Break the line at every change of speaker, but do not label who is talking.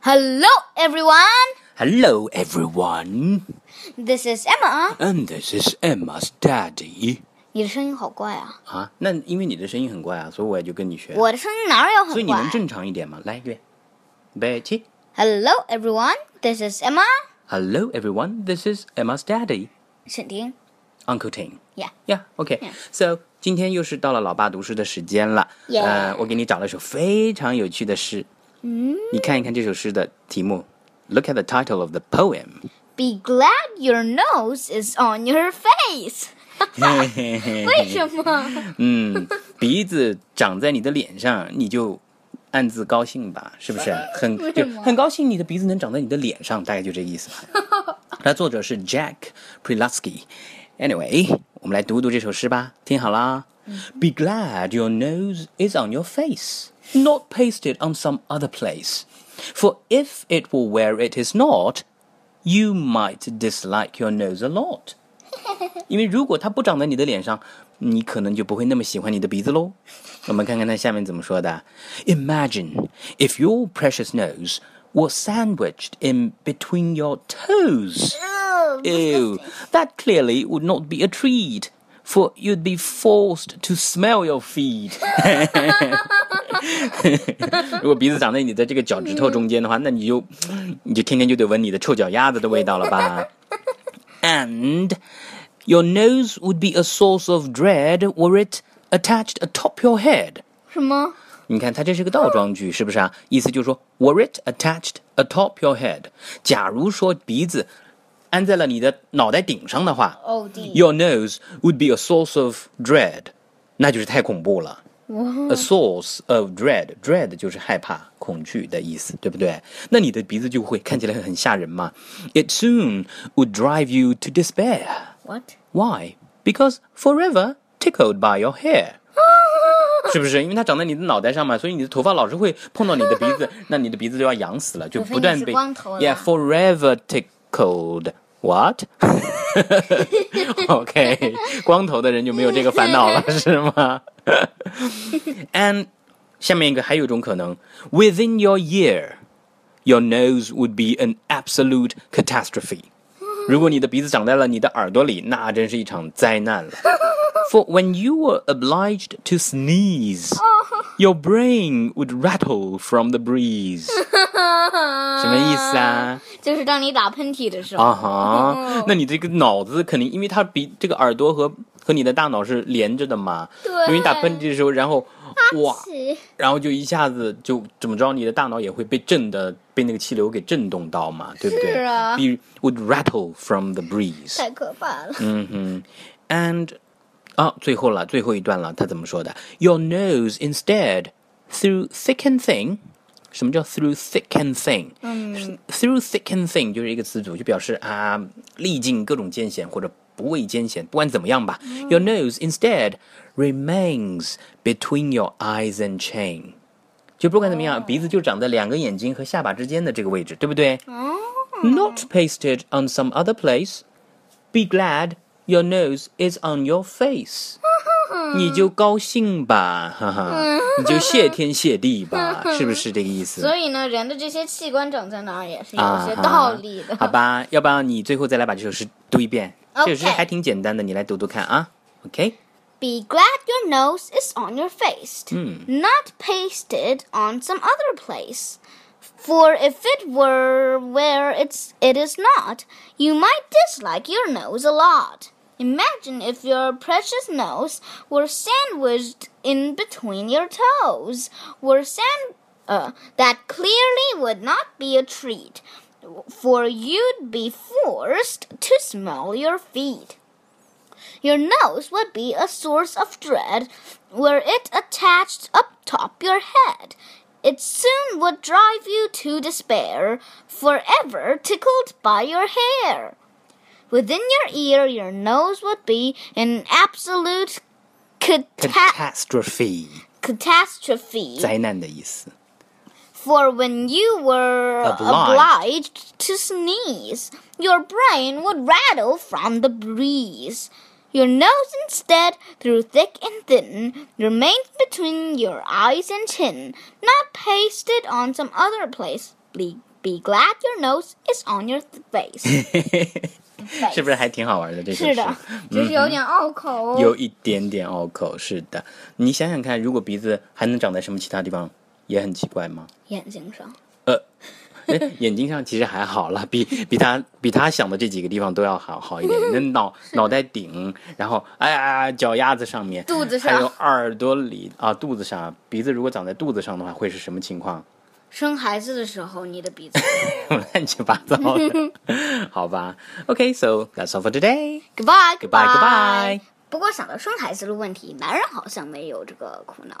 Hello, everyone.
Hello, everyone.
This is Emma.
And this is Emma's daddy.
你的声音好怪啊！
啊，那因为你的声音很怪啊，所以我也就跟你学。
我的声音哪有
所以
很
你能
怪
正常一点吗？来，乐，备起。
？Hello, everyone. This is Emma.
Hello, everyone. This is Emma's daddy,
沈婷
Uncle Tim.
Yeah.
Yeah. OK. So 今天又是到了老爸读诗的时间了。
Yeah
呃，我给你找了一首非常有趣的诗。嗯。你看一看这首诗的题目。Look at the title of the poem.
Be glad your nose is on your face. 为什么？
嗯，鼻子长在你的脸上，你就暗自高兴吧，是不是？很就很高兴，你的鼻子能长在你的脸上，大概就这意思吧。那作者是 Jack Prelatsky。Anyway，我们来读读这首诗吧，听好啦。Be glad your nose is on your face, not pasted on some other place. For if it were where it is not, you might dislike your nose a lot. 因为如果它不长在你的脸上，你可能就不会那么喜欢你的鼻子喽。我们看看它下面怎么说的：Imagine if your precious nose was sandwiched in between your toes. Ew, that clearly would not be a treat, for you'd be forced to smell your feet. 如果鼻子长在你的这个脚趾头中间的话，那你就你就天天就得闻你的臭脚丫子的味道了吧？And your nose would be a source of dread were it attached atop your head。
什么？
你看，它这是个倒装句，是不是啊？意思就是说，were it attached atop your head，假如说鼻子安在了你的脑袋顶上的话
哦对
，your nose would be a source of dread，那就是太恐怖了。A source of dread，dread 就是害怕、恐惧的意思，对不对？那你的鼻子就会看起来很吓人嘛。It soon would drive you to despair.
What?
Why? Because forever tickled by your hair. 是不是？因为它长在你的脑袋上嘛，所以你的头发老是会碰到你的鼻子，那你的鼻子就要痒死了，就
除非
不断
你是
被
光头了
yeah forever tickled what 。OK，光头的人就没有这个烦 恼了，是吗？And 下面一个还有一种可能，within your ear, your nose would be an absolute catastrophe。如果你的鼻子长在了你的耳朵里，那真是一场灾难了。For when you were obliged to sneeze, your brain would rattle from the breeze. 什么意思啊？
就是当你打喷嚏的时候。
啊哈，那你这个脑子肯定，因为它鼻这个耳朵和和你的大脑是连着的嘛。
对
因为你打喷嚏的时候，然后哇，
是
然后就一下子就怎么着，你的大脑也会被震的，被那个气流给震动到嘛，对不对？
是啊
Be- would rattle from the breeze.
太可怕了。
嗯哼，and 啊，最后了，最后一段了，他怎么说的？Your nose instead through thick and thin。什么叫 through thick and thin？嗯，through thick and thin 就是一个词组，就表示啊，历尽各种艰险或者不畏艰险，不管怎么样吧。Your nose instead remains between your eyes and chin。就不管怎么
哦
样，鼻子就长在两个眼睛和下巴之间的这个位置，对不对？Not
哦
pasted on some other place, Be glad your nose is on your face，你就高兴吧，哈哈，你就谢天谢地吧， 是不是这个意思？
嗯所以呢，人的这些器官长在哪儿也是有
啊，
些道理的。
好吧，要不然你最后再来把这首诗读一遍。这
OK
首诗还挺简单的，你来读读看啊。OK，
Be glad your nose is on your face, not pasted on some other place. For if it were where it's it is not, you might dislike your nose a lot. Imagine if your precious nose were sandwiched in between your toes, were sand uh, that clearly would not be a treat, for you'd be forced to smell your feet. Your nose would be a source of dread were it attached up top your head. It soon would drive you to despair, forever tickled by your hair. Within your ear, your nose would be an absolute cata-
catastrophe，
嗯 catastrophe.
灾难的意思。
For when you were
Obliged.
obliged to sneeze, your brain would rattle from the breeze. Your nose instead, through thick and thin, remains between your eyes and chin, not pasted on some other place. Be, Be glad your nose is on your face 。
是不是还挺好玩的？这个
是的，就是有点拗口。
有一点点拗口，是的。你想想看，如果鼻子还能长在什么其他地方，也很奇怪吗？
眼睛上，
呃，哎眼睛上其实还好了，比比他比他想的这几个地方都要好好一点。那 脑脑袋顶，然后哎呀脚丫子上面，
肚子
还有
上，
耳朵里啊肚子上，鼻子如果长在肚子上的话，会是什么情况？
生孩子的时候你的鼻子。
乱七八糟 的，好吧？OK，so、that's all for today.
Goodbye,
Goodbye, goodbye.
不过想到生孩子的问题，男人好像没有这个苦恼。